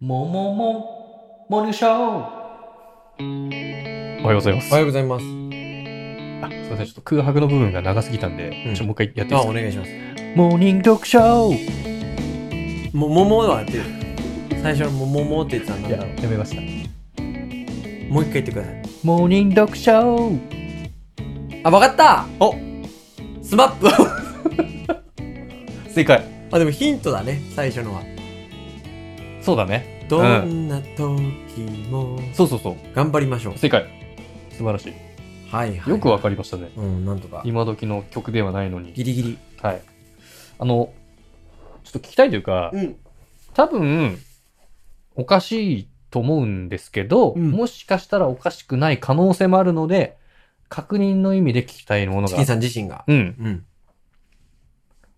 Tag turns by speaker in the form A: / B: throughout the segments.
A: ももも、モーニングショー
B: おはようございます。
C: おはようございま
B: あ
C: す。
B: すいません、ちょっと空白の部分が長すぎたんで、
C: うん
B: ちょっともう一回やってい
C: あ、
B: い
C: お
B: です
C: 願いします。
B: かモーニング読書い
C: も、ももはやってる。最初のもももって言ってたんだ
B: や、
C: ろう。
B: やめました。
C: もう一回言ってください。
B: モーニング読書
C: あ、わかったおスマップ
B: 正解。
C: あ、でもヒントだね、最初のは。
B: そうだね。
C: どんな時も、
B: そうそうそう。
C: 頑張りましょう。
B: 正解。素晴らしい。
C: はいはい。
B: よくわかりましたね。
C: うん、なんとか。
B: 今時の曲ではないのに。
C: ギリギリ。
B: はい。あの、ちょっと聞きたいというか、
C: ん。
B: 多分、おかしいと思うんですけど、
C: うん
B: もしかしたらおかしくない可能性もあるので、確認の意味で聞きたいもの
C: チ
B: が
C: キン。さん自身が。
B: うん。
C: うん。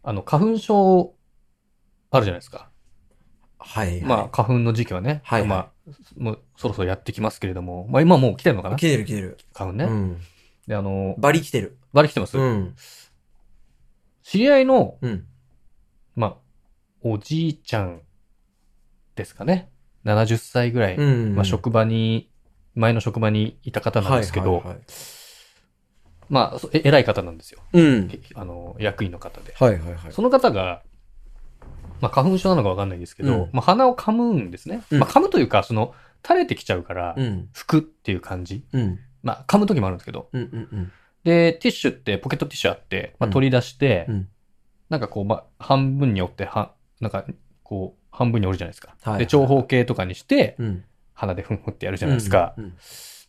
B: あの、花粉症、あるじゃないですか。
C: はい、はい。
B: まあ、花粉の時期はね。
C: はいはい
B: まあ、もうそろそろやってきますけれども、まあ今もう来てるのかな
C: 来てる来てる。
B: 花粉ね。
C: うん。
B: で、あの、
C: バリ来てる。
B: バリ来てます、
C: うん。
B: 知り合いの、
C: うん。
B: まあ、おじいちゃんですかね。70歳ぐらい。
C: うん。
B: まあ、職場に、前の職場にいた方なんですけど、
C: はいはいはい
B: まあそえ、偉い方なんですよ。
C: うん。
B: えあの、役員の方で。
C: はいはいはい。
B: その方が、まあ、花粉症なのかわかんないですけど、
C: うん
B: まあ、鼻を噛むんですね。
C: うん
B: まあ、噛むというか、その、垂れてきちゃうから、
C: うん。
B: 拭くっていう感じ。
C: うん。
B: まあ、噛む時もあるんですけど。
C: うんうんうん。
B: で、ティッシュって、ポケットティッシュあって、まあ、
C: うん
B: 取り出して、
C: うん
B: なんかこう、まあ、半分に折って、は、なんか、こう、半分に折るじゃないですか。
C: はい
B: で、長方形とかにして、
C: うん。
B: 鼻でふんふんってやるじゃないですか。
C: うん。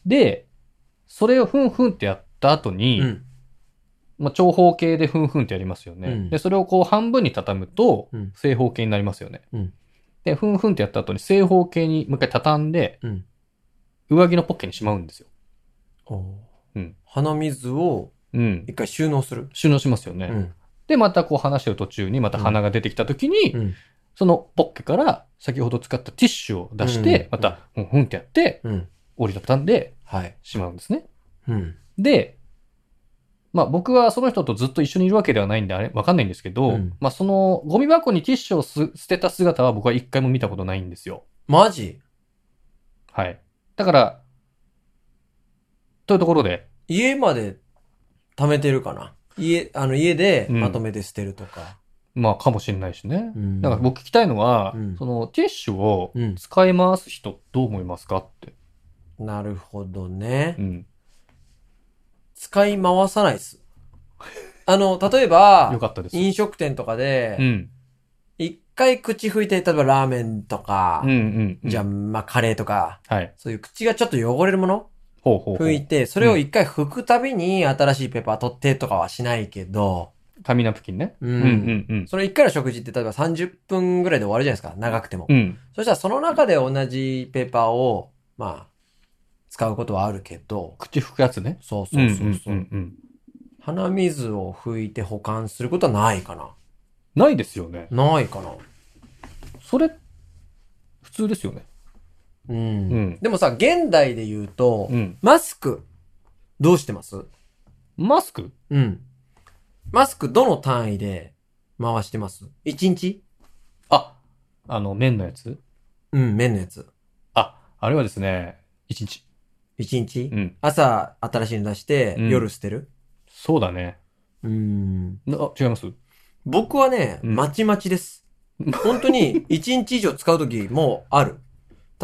B: で、それをふんふんってやった後に、
C: うん。
B: まあ、長方形でふんふんってやりますよね。
C: うん
B: で、それをこう半分に畳むと
C: うん、
B: 正方形になりますよね。
C: うん
B: で、ふんふんってやった後に正方形にもう一回畳んで、
C: うん
B: 上着のポッケにしまうんですよ。
C: おー
B: うん
C: 鼻水を
B: うん。
C: 一回収納する。
B: 収納しますよね。
C: うん。
B: で、またこう話してる途中に、また鼻が出てきた時に、
C: うん。
B: そのポッケから先ほど使ったティッシュを出して、
C: うん
B: また、ふんふんってやって、
C: うん。
B: 折り畳んで
C: はい。
B: しまうんですね。
C: うん。
B: で、まあ僕はその人とずっと一緒にいるわけではないんで、あれ、わかんないんですけど、
C: うん
B: まあそのゴミ箱にティッシュをす捨てた姿は僕は一回も見たことないんですよ。
C: マジ
B: はい。だから、というところで、
C: 家まで貯めてるかな家、あの家で
B: うん
C: まとめて捨てるとか。
B: まあかもしれないしね。
C: ん
B: だから僕聞きたいのは、
C: うん
B: そのティッシュを
C: うん。
B: 使い回す人どう思いますかって。
C: なるほどね
B: う。ん。
C: 使い回さないっす。あの、例えば
B: よ、かったです。
C: 飲食店とか
B: う
C: で、
B: ん。
C: 一回口拭いて、例えばラーメンとか
B: うんう、ん、うん。
C: じゃあ、まあカレーとか、
B: はい。
C: そういう口がちょっと汚れるもの
B: ほうほうほ。
C: 拭いうて、それを一回拭くたびに新しいペーパー取ってとかはしないけど、
B: 紙ナプキンね。
C: うん
B: うんうんうん。
C: それ一回の食事って例えば30分ぐらいで終わるじゃないですか、長くても。
B: うん。
C: そしたらその中で同じペーパーを、まあ、使うことはあるけど、
B: 口拭くやつね。
C: そうそうそうそう,、
B: んうんうんうん。
C: 鼻水を拭いて保管することはないかな。
B: ないですよね。
C: ないかな。
B: それ、普通ですよね。
C: うん。
B: うん
C: でもさ、現代で言うと、
B: うん。
C: マスク、どうしてます
B: マスク
C: うん。マスクどの単位で回してます ?1 日
B: あ、あの、麺のやつ
C: うん、麺のやつ。
B: あ、あれはですね、一日。
C: 1日、
B: うん。
C: 朝、新しいの出して、
B: うん
C: 夜捨てる
B: そうだね。
C: うん。
B: なあ、違います
C: 僕はね、
B: うん
C: まちまちです。本当に、1日以上使うときもある。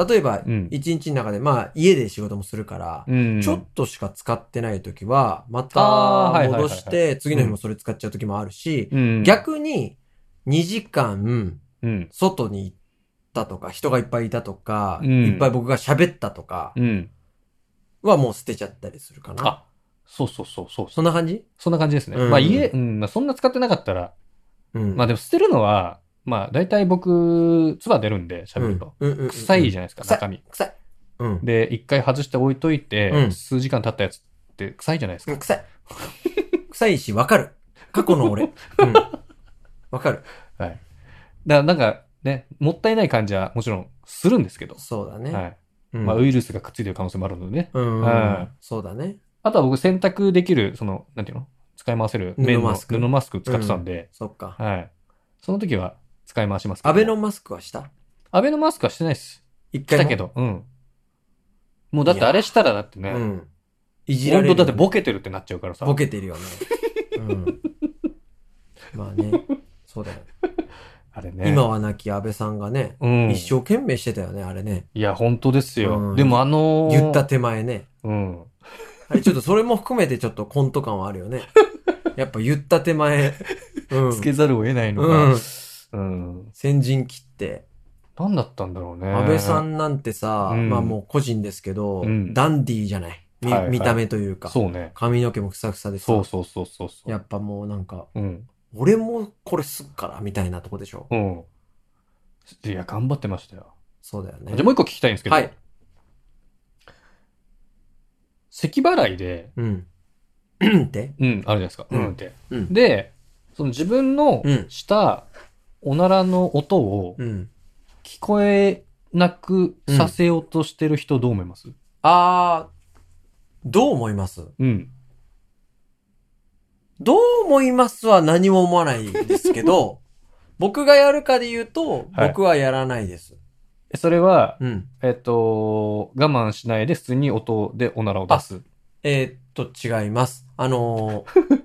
C: 例えば、
B: うん
C: 1日の中で、まあ、家で仕事もするから、
B: うん。
C: ちょっとしか使ってないときは、ま
B: あーはいはいは
C: た
B: いはい
C: 戻して、次の日もそれ使っちゃうときもあるし、
B: うん、。
C: 逆に、2時間、
B: うん。
C: 外に行ったとか、人がいっぱいいたとか、
B: うん
C: いっぱい僕が喋ったとか
B: うん。
C: はもう捨てちゃったりするかな。
B: あ、そうそうそうそう。
C: そんな感じ
B: そんな感じですね。
C: うん
B: まあ家、うん、まあそんな使ってなかったら、
C: うん
B: まあでも捨てるのは、まあ大体僕、唾出るんで喋ると。
C: うんうんうんうん
B: 臭いじゃないですか、
C: 臭い
B: 中身。
C: 臭い。うん。
B: で、一回外して置いといて、
C: うん
B: 数時間経ったやつって臭いじゃないですか。
C: 臭い。臭いし、わかる。過去 の俺。うん。わかる。
B: はい。だからなんかね、もったいない感じはもちろんするんですけど、
C: そうだね。
B: はい。
C: うん。
B: まあ、ウイルスがくっついてる可能性もあるのでね。
C: うん
B: うん
C: そうだね。
B: あとは僕洗濯できる、その、なんていうの使い回せる綿
C: 布
B: の
C: マスク
B: 布マスク使ってたんで、
C: そっか。
B: はい。その時は使い回しますけど
C: アベノマスクはした
B: アベノマスクはしてないっす。
C: 一回
B: し
C: も
B: たけ。ど。うん。もうだってあれしたらだって
C: う
B: ね、
C: ん。いじら
B: 本
C: れ
B: 当
C: る。
B: だってボケてるってなっちゃうからさ。
C: ボケてるよね。うん。まあね。そうだよ。
B: あれね。
C: 今は亡き安倍さんがね、
B: うん。
C: 一生懸命してたよね、あれね。
B: いや、本当ですよ。
C: うん
B: でもあのー
C: 言った手前ね。
B: うん。
C: あれちょっとそれも含めてちょっとコント感はある よね。やっぱ言った手前。うん。
B: つけざるを得ないの
C: う
B: が
C: ん。。
B: うん。
C: 先陣切って。
B: 何だったんだろうね。
C: 安倍さ。んなんてさ、
B: うん
C: まあもう個人ですけど、
B: うん
C: ダンディーじゃない。み
B: はいはい
C: 見た目というか。
B: そうね。
C: 髪の毛もふさふさでさ
B: そうそうそうそうそう。
C: やっぱもうなんか、
B: うん。
C: 俺もこれすっから、みたいなとこでしょ。
B: うん。いや、頑張ってましたよ。
C: そうだよね。
B: じゃあもう一個聞きたいんですけど、
C: はい。
B: 咳払いで、
C: うん。 うんって
B: うん、あるじゃないですか。う
C: うん
B: んって。
C: うん。
B: で、その自分の
C: うん
B: したおならの音を
C: うん。
B: 聞こえなくさせようとしてる人どう思います
C: あー、どう思います
B: うん。
C: どう思いますは何も思わないですけ ど、僕がやるかで言うと、
B: はい
C: 僕はやらないです。
B: えそれは、
C: うん。
B: えっと、我慢しないで普通に音でおならを出す。
C: えーっと、違います。あの ー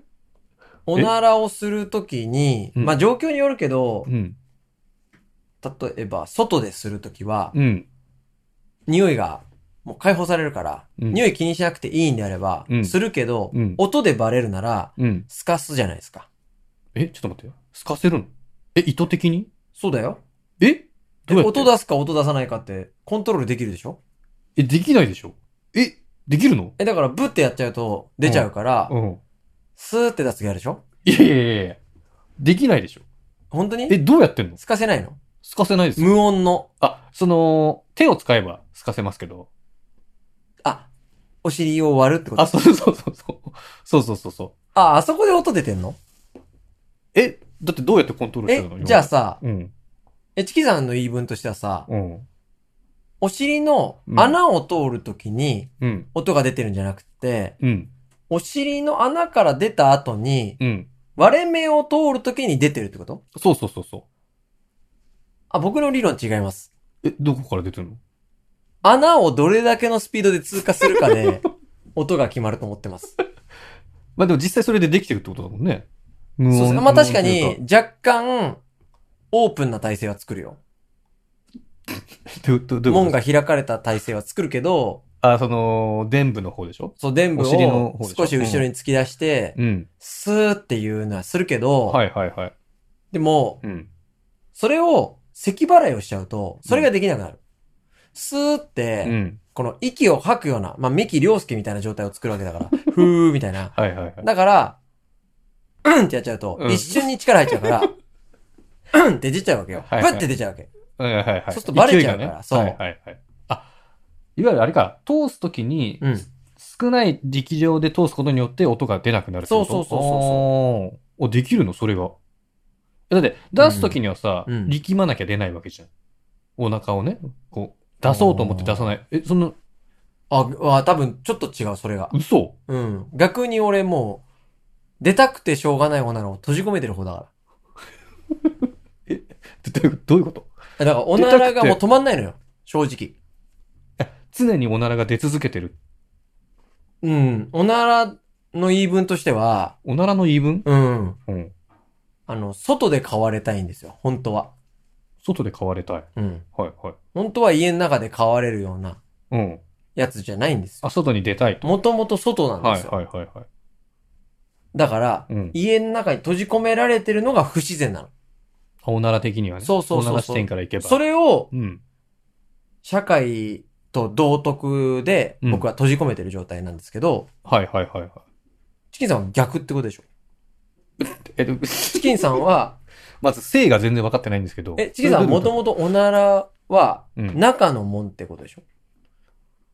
C: おならをするときに、
B: うん
C: まあ状況によるけど
B: う、ん。
C: 例えば、外でするときは、
B: うん。
C: 匂いが、もう解放されるから、
B: うん
C: 匂い気にしなくていいんであれば、
B: うん
C: するけど、
B: うん
C: 音でバレるなら、
B: うん。
C: すかすじゃないですか。
B: え、ちょっと待って。すかせるのえ、意図的に
C: そうだよ。
B: えどうやって
C: 音出すか音出さないかって、コントロールできるでしょ
B: え、できないでしょえ、できるの
C: え、だから、ブってやっちゃうと、出ちゃうから、
B: うん。
C: スーって出すときあるでしょ
B: いやいやいやいやできないでしょ
C: 本当に
B: え、どうやってんの
C: すかせないの
B: すかせないですよ。
C: 無音の。
B: あ、その、手を使えばすかせますけど。
C: あ、お尻を割るってこと
B: あ、
C: あ
B: そうそうそうそう。そうそうそうそう。
C: あ、そこで音出てんの
B: え、だってどうやってコントロールして
C: え
B: るの、
C: じゃあ、さ、
B: 今うん。
C: えちきさんの言い分としてはさ、
B: うん。
C: お尻の穴を通るときに
B: うん。
C: 音が出てるんじゃなくて、
B: うん。
C: お尻の穴から出た後に、
B: うん。
C: 割れ目を通るときに出てるってこと
B: そうそうそうそ
C: あ、僕の理論違います。
B: う。え、どこから出てるの
C: 穴をどれだけのスピードで通過するか で、音が決まると思ってます。
B: まあでも実際それでできてるってことだもんね。無
C: そう
B: 音
C: そうまあ確かに、。若干、オープンな体勢は作るよ。
B: 無音というかどどどういうこと
C: 門が開かれた体勢は作るけど、
B: あ、その、伝部の方でしょ
C: そう、伝部
B: お尻の
C: を
B: 方でしょ
C: 少し後ろに突き出して、
B: うん。
C: スーっていうのはするけど、
B: はいはいはい。
C: でも、
B: うん。
C: それを、咳払いをしちゃうと、それができなくなる。スーっ
B: う
C: て、
B: ん。
C: この息を吐くような、まあ、三木亮介みたいな状態を作るわけ だから、ふーみたいな。
B: はいはいはい。
C: だから、うんってやっちゃうと、
B: うん
C: 一瞬に力入っちゃ うから、うんって出ちゃうわけよ。
B: はいはい
C: ぶって出ちゃうわけ。
B: はいはいはい。
C: そうするとバレちゃうか
B: 勢
C: ら
B: いがね
C: そう
B: はいはいはい。あ、いわゆるあれか、通すときに、
C: うん
B: 少ない力量で通すことによって音が出なくなるってこと
C: そうそうそうそう
B: そうお、できるのそれが。えだって、出すときにはさ、
C: うんうん
B: 力まなきゃ出ないわけじゃん。お腹をね、こう、出そうと思って出さない。え、そんな、
C: あ、わ多分ちょっと違う、それが。
B: 嘘
C: うん。逆に俺もう、出たくてしょうがない方なのを閉じ込めてる方だか
B: どういうどういうこと
C: ら。だから、おなら
B: 出た
C: が
B: くて
C: もう止まんないのよ。正直。
B: 常におならが出続けてる。
C: うん。おならの言い分としては、
B: おならの言い分
C: うん。
B: うん。
C: あの、外で飼われたいんですよ。本当は。
B: 外で飼われたい。
C: うん。
B: はいはい。
C: 本当は家の中で飼われるような
B: うん。
C: やつじゃないんですよ。
B: あ、外に出たいと。
C: もともと外なん
B: は
C: で
B: い
C: すよ。
B: はいはいはい。
C: だから、
B: うん。
C: 家の中に閉じ込められてるのが不自然なの。
B: あおなら的にはね。
C: そうそうそうそう
B: おなら視点からいけば。
C: それを
B: うん。
C: 社会と道徳で
B: うん
C: 僕は閉じ込めてる状態なんですけど、
B: はいはいはいはい。
C: チキンさんは逆ってことでしょ
B: えっと、
C: チキンさんは、
B: まず性が全然分かってないんですけど。
C: え、チキンさんはもと
B: も
C: もとおならは
B: うん
C: 中のもんってことでしょ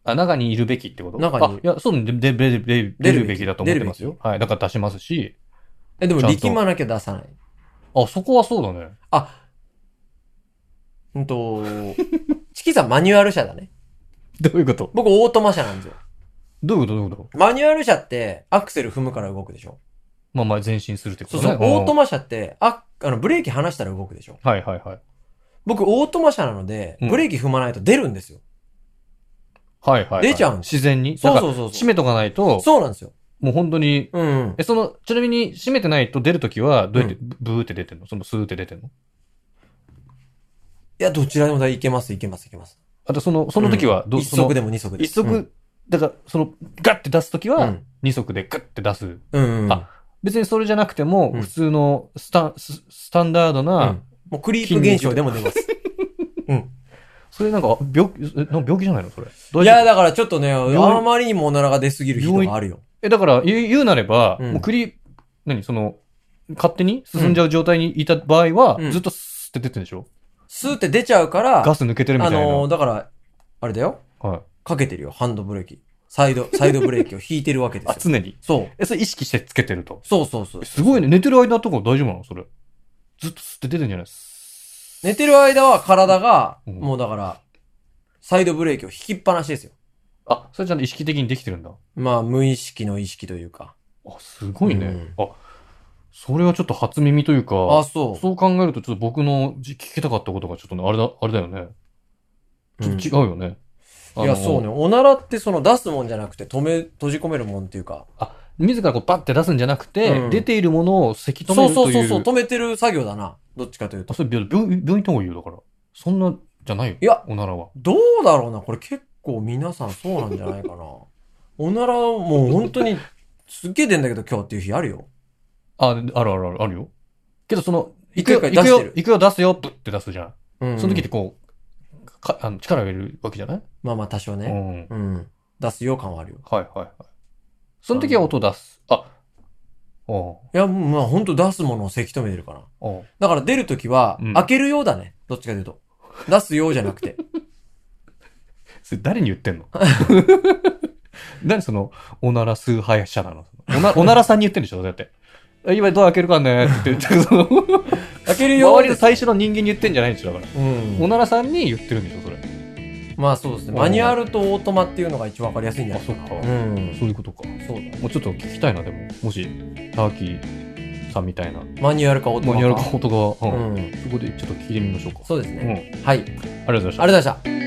B: あ、中にいるべきってこと
C: 中に
B: あいや、そうね、で、で、で、で、で出るべきだと思ってますよ。はい。だから出しますし。
C: え、でも
B: ちゃんと
C: 力まなきゃ出さない。
B: あ、そこはそうだね。
C: あ、うんと、 チキンさんマニュアル車だね。
B: どういうこと
C: 僕オートマ車なんですよ。
B: どういうことどういうこと
C: マニュアル車ってアクセル踏むから動くでしょ
B: まあまあ前進するってこ
C: そ
B: と
C: う
B: ね。
C: そう、オート
B: マ。
C: マ車って、あ、あの、ブレーキ離したら動くでしょ
B: はいはいはい。
C: 僕、オートマ車なので、
B: うん
C: ブレーキ踏まないと出るんですよ。
B: はいはい、はい。
C: 出ちゃうんです
B: 自然に。
C: そう
B: う。
C: そうそうそ
B: 閉
C: う。
B: めとかないと、
C: そうなんですよ。
B: もう本当に、
C: うんうん。
B: え、その、ちなみに閉めてないと出るときは、どうやって、ブブーって出てんのそのスーって出てんの
C: いや、どちらでもいけます、いけます、いけます。
B: あとその、その時はどう、
C: 一
B: その
C: 足でも二足でも。
B: 一足、
C: うん
B: だから、その、ガッて出すとき
C: う
B: は、
C: ん。
B: 二足でガッて出す。
C: うんうん。
B: あ別にそれじゃなくても、
C: うん
B: 普通のスタン、ススタンダードな、
C: うんもうクリープ現象でも出ます。
B: それなんか、病気、えなんか病気じゃないのそれ。
C: い
B: い
C: や、だからちょっとね、あ
B: 病院
C: まりにもおならが出すぎる人があるよ。
B: え、だから、言う言うなれば、
C: うん
B: もうクリ、何その、勝手に進んじゃう状態にいた場合は、
C: うん
B: ずっとスーって出てるんでしょ、
C: スーって出ちゃうから、
B: ガス抜けてるみた
C: あ
B: いな。
C: のー、だから、あれだよ。
B: はい。
C: かけてるよ、ハンドブレーキ。サイド、サイドブレーキを引いてるわけで
B: あ、
C: すよ。
B: 常に。
C: そう。
B: え、それ意識してつけてると。
C: そうそうそう。
B: すごいね。寝てる間とか大丈夫なのそれ。ずっと吸って出てんじゃないです。
C: 寝てる間は体が、
B: うん
C: もうだから、サイドブレーキを引きっぱなしですよ。
B: あ、それちゃんと意識的にできてるんだ。
C: まあ、無意識の意識というか。
B: あ、すごいね。
C: うん
B: あ、それはちょっと初耳というか、
C: あ、そう。
B: そう考えるとちょっと僕のじ聞きたかったことがちょっとね、あれだ、あれだよね。ちょっと違うよね。
C: うんい
B: あ
C: や、
B: の
C: そうね。。おならってその出すもんじゃなくて、止め、閉じ込めるもんっていうか。
B: 自らこうパッて出すんじゃなくて、
C: うん
B: 出ているものをせき止め
C: そう
B: ると
C: そう
B: いう。
C: そうそう、止めてる作業だな。どっちかという
B: あ、
C: と。
B: それ病病病院行った方がいいよ、だから。そんな、じゃないよ。
C: いや、
B: おならは。
C: どうだろうな。これ結構皆さんそうなんじゃないかな。 おならもう本当に、すっげえ出んだけど今日っていう日あるよ。
B: あ、あるあるある、あるよ。けどその、
C: 一回一回
B: 行く
C: 出し
B: よ
C: てる、
B: 行くよ、出すよ、ブッて出すじゃん。
C: うん
B: その時ってこう、かあの力を入れるわけじゃない、
C: まあまあ多少
B: う
C: ね。
B: ん。はい
C: うん。出すよ感はあるよ。
B: はいはい。その時は音を出す。あ、あ
C: いや、まあ本当出すものをせき止めてるかな。
B: あ、ああ。
C: だから出るときは
B: うん、
C: 開けるようだね。どっちかというと。出すようじゃなく て。
B: それ誰に言ってん の何その、おなら崇拝者なのおなおならさんに言ってんでしょだって。え今ドア開けるかねって言って、その、
C: 開けるよ
B: 周
C: う
B: り
C: で
B: の
C: す。
B: 最初の人間に言ってんじゃないんでしょだから。
C: うん
B: お。ならさんに言ってるんでしょそれ。
C: まあそうですね。マニュアルとオートマっていうのが一番わかりやすいんじゃ
B: あ、
C: ない
B: そっか。
C: うん。
B: そういうことか。
C: そうだ。
B: もうちょっと聞きたいな、でも。もし、ターキーさんみたいな、
C: マニュアルかオート
B: マ
C: マ
B: ニュ
C: か。
B: アルか音が、
C: う
B: うん
C: ん。
B: そこでちょっと聞いてみましょうか。
C: そうです
B: うん。あ
C: ね。
B: り
C: はい。あり
B: がとうございました
C: がとうございました。